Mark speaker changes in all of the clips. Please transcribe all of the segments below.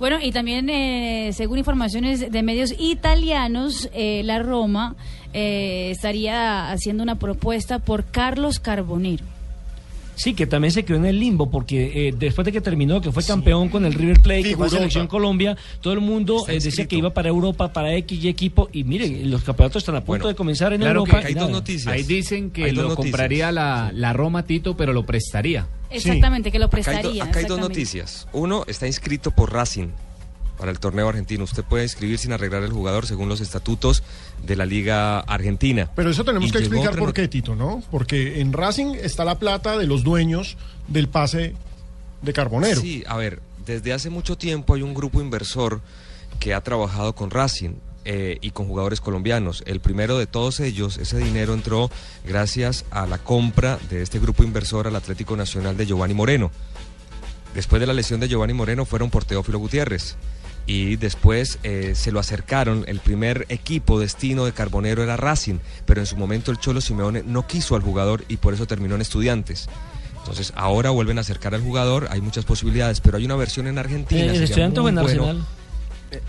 Speaker 1: Bueno, y también, eh, según informaciones de medios italianos, eh, la Roma eh, estaría haciendo una propuesta por Carlos Carbonero.
Speaker 2: Sí, que también se quedó en el limbo, porque eh, después de que terminó, que fue campeón con el River Plate, que fue a
Speaker 3: Figurota.
Speaker 2: selección Colombia, todo el mundo
Speaker 3: Está
Speaker 2: eh, decía
Speaker 3: inscrito.
Speaker 2: que iba para Europa, para X y equipo, y miren, los campeonatos están a punto
Speaker 3: Bueno,
Speaker 2: de comenzar en
Speaker 4: claro
Speaker 2: Europa.
Speaker 4: que
Speaker 2: y
Speaker 4: hay
Speaker 2: nada.
Speaker 3: dos noticias.
Speaker 4: Ahí dicen que
Speaker 3: Hay dos
Speaker 4: lo
Speaker 3: noticias.
Speaker 4: compraría la, la Roma Tito, pero lo prestaría.
Speaker 1: Exactamente, que lo
Speaker 3: Acá hay,
Speaker 1: prestaría.
Speaker 3: do- acá hay dos
Speaker 1: exactamente.
Speaker 3: noticias. Uno, está inscrito por Racing para el torneo argentino. Usted puede inscribir sin arreglar el jugador según los estatutos de la Liga Argentina.
Speaker 5: Pero eso tenemos
Speaker 3: Y
Speaker 5: que
Speaker 3: llegó
Speaker 5: explicar
Speaker 3: otra
Speaker 5: por
Speaker 3: not-
Speaker 5: qué, Tito, ¿no? Porque en Racing está la plata de los dueños del pase de Carbonero.
Speaker 3: Sí, a ver, desde hace mucho tiempo hay un grupo inversor que ha trabajado con Racing eh, y con jugadores colombianos. El primero de todos ellos, ese dinero entró gracias a la compra de este grupo inversor al Atlético Nacional de Giovanni Moreno. Después de la lesión de Giovanni Moreno fueron por Teófilo Gutiérrez. Y después eh, se lo acercaron, el primer equipo destino de Carbonero era Racing, pero en su momento el Cholo Simeone no quiso al jugador y por eso terminó en estudiantes. Entonces ahora vuelven a acercar al jugador, hay muchas posibilidades, pero hay una versión en Argentina.
Speaker 2: Eh, ¿El
Speaker 3: sería
Speaker 2: estudiante o
Speaker 3: muy
Speaker 2: en
Speaker 3: bueno.
Speaker 2: Arsenal?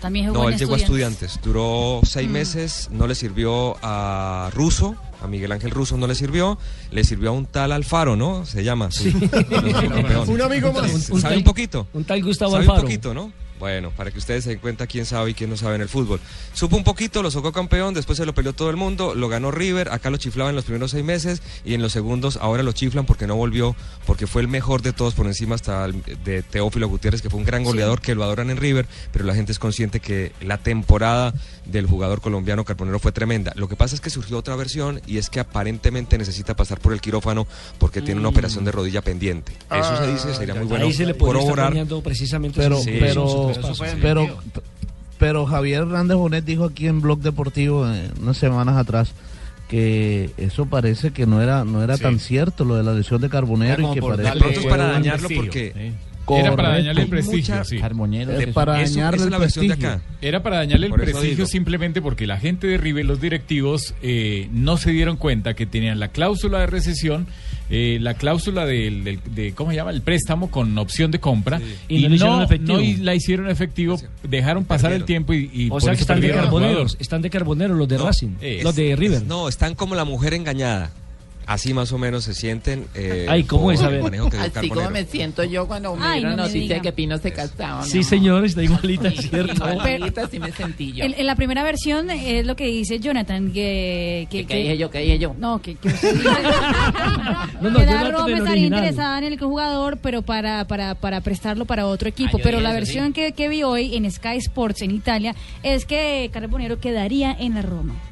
Speaker 1: También jugó
Speaker 3: No,
Speaker 1: en
Speaker 3: él llegó a
Speaker 1: Estudiantes.
Speaker 3: estudiantes, duró seis meses, no le sirvió a Russo, a Miguel Ángel Russo no le sirvió, le sirvió a un tal Alfaro, ¿no? Se llama. su- nuestro campeón.
Speaker 5: Un amigo más.
Speaker 3: Un- ¿Sabe un poquito?
Speaker 2: Un tal Gustavo
Speaker 3: ¿Sabe
Speaker 2: Alfaro.
Speaker 3: un poquito, no? Bueno, para que ustedes se den cuenta quién sabe y quién no sabe en el fútbol. Supo un poquito, lo sacó campeón, después se lo peleó todo el mundo, lo ganó River, acá lo chiflaban en los primeros seis meses y en los segundos ahora lo chiflan porque no volvió, porque fue el mejor de todos por encima hasta el- de Teófilo Gutiérrez, que fue un gran goleador, que lo adoran en River, pero la gente es consciente que la temporada del jugador colombiano Carbonero fue tremenda. Lo que pasa es que surgió otra versión y es que aparentemente necesita pasar por el quirófano porque tiene
Speaker 2: Mm.
Speaker 3: una operación de rodilla pendiente. Eso se dice, sería muy bueno
Speaker 2: Ah, Ahí se le podría estar
Speaker 3: corroborar.
Speaker 2: dañando precisamente
Speaker 6: Pero,
Speaker 2: sus-
Speaker 3: Sí,
Speaker 2: sus
Speaker 6: pero,
Speaker 2: traspasos.
Speaker 6: pero, pero Javier Hernández Bonet dijo aquí en Blog Deportivo eh, unas semanas atrás que eso parece que no era no era
Speaker 4: Sí.
Speaker 6: tan cierto lo de la lesión de
Speaker 4: Era
Speaker 6: Carbonero
Speaker 4: como
Speaker 6: y que
Speaker 4: por
Speaker 6: parece
Speaker 3: De
Speaker 4: darle
Speaker 3: pronto es para
Speaker 4: un
Speaker 3: dañarlo
Speaker 4: prestigio,
Speaker 3: porque-
Speaker 4: sí. Era para
Speaker 6: Correcto.
Speaker 4: dañarle el
Speaker 3: Hay
Speaker 4: prestigio,
Speaker 3: mucha-
Speaker 4: sí.
Speaker 6: Eh, para
Speaker 3: Eso-
Speaker 6: dañarle
Speaker 3: esa es
Speaker 6: el
Speaker 3: la versión de
Speaker 6: prestigio.
Speaker 3: acá.
Speaker 4: Era para dañarle el
Speaker 3: Por eso
Speaker 4: prestigio
Speaker 3: digo.
Speaker 4: simplemente porque la gente de River, los directivos, eh, no se dieron cuenta que tenían la cláusula de recesión, eh, la cláusula del, del- de, ¿cómo se llama? El préstamo con opción de compra.
Speaker 2: Y no
Speaker 4: Y,
Speaker 2: la hicieron
Speaker 4: no,
Speaker 2: efectivo.
Speaker 4: no y la hicieron efectivo, dejaron pasar el
Speaker 3: perdieron.
Speaker 4: tiempo y, y
Speaker 2: O
Speaker 4: por
Speaker 2: sea que
Speaker 4: eso
Speaker 2: están de
Speaker 4: perdieron al
Speaker 2: carboneros,
Speaker 4: jugador.
Speaker 2: están de carboneros los de
Speaker 3: No,
Speaker 2: Racing,
Speaker 4: es-
Speaker 2: los de River.
Speaker 3: No, están como la mujer engañada. Así más o menos se sienten. eh,
Speaker 2: Ay, ¿cómo
Speaker 3: por
Speaker 2: es? A ver.
Speaker 3: el manejo que dio
Speaker 7: Así como
Speaker 3: Carbonero.
Speaker 7: me siento yo cuando
Speaker 1: Ay,
Speaker 7: miro
Speaker 1: no me
Speaker 7: noticias
Speaker 1: diga.
Speaker 7: que Pino se casaba.
Speaker 2: sí, señores, está igualita, ¿cierto?
Speaker 7: Igualita, sí me sentí yo.
Speaker 1: En, en la primera versión eh, es lo que dice Jonathan, que... que-
Speaker 7: ¿Qué,
Speaker 1: que-
Speaker 7: dije yo? ¿Qué dije yo?
Speaker 1: No, que, que usted
Speaker 2: No, no,
Speaker 1: que
Speaker 2: yo
Speaker 1: la
Speaker 2: no
Speaker 1: Roma
Speaker 2: en
Speaker 1: estaría
Speaker 2: original.
Speaker 1: interesada en el jugador, pero para, para, para prestarlo para otro equipo.
Speaker 7: Ah, yo
Speaker 1: pero
Speaker 7: dije
Speaker 1: la
Speaker 7: eso,
Speaker 1: versión
Speaker 7: sí.
Speaker 1: que, que vi hoy en Sky Sports en Italia es que Carbonero quedaría en la Roma.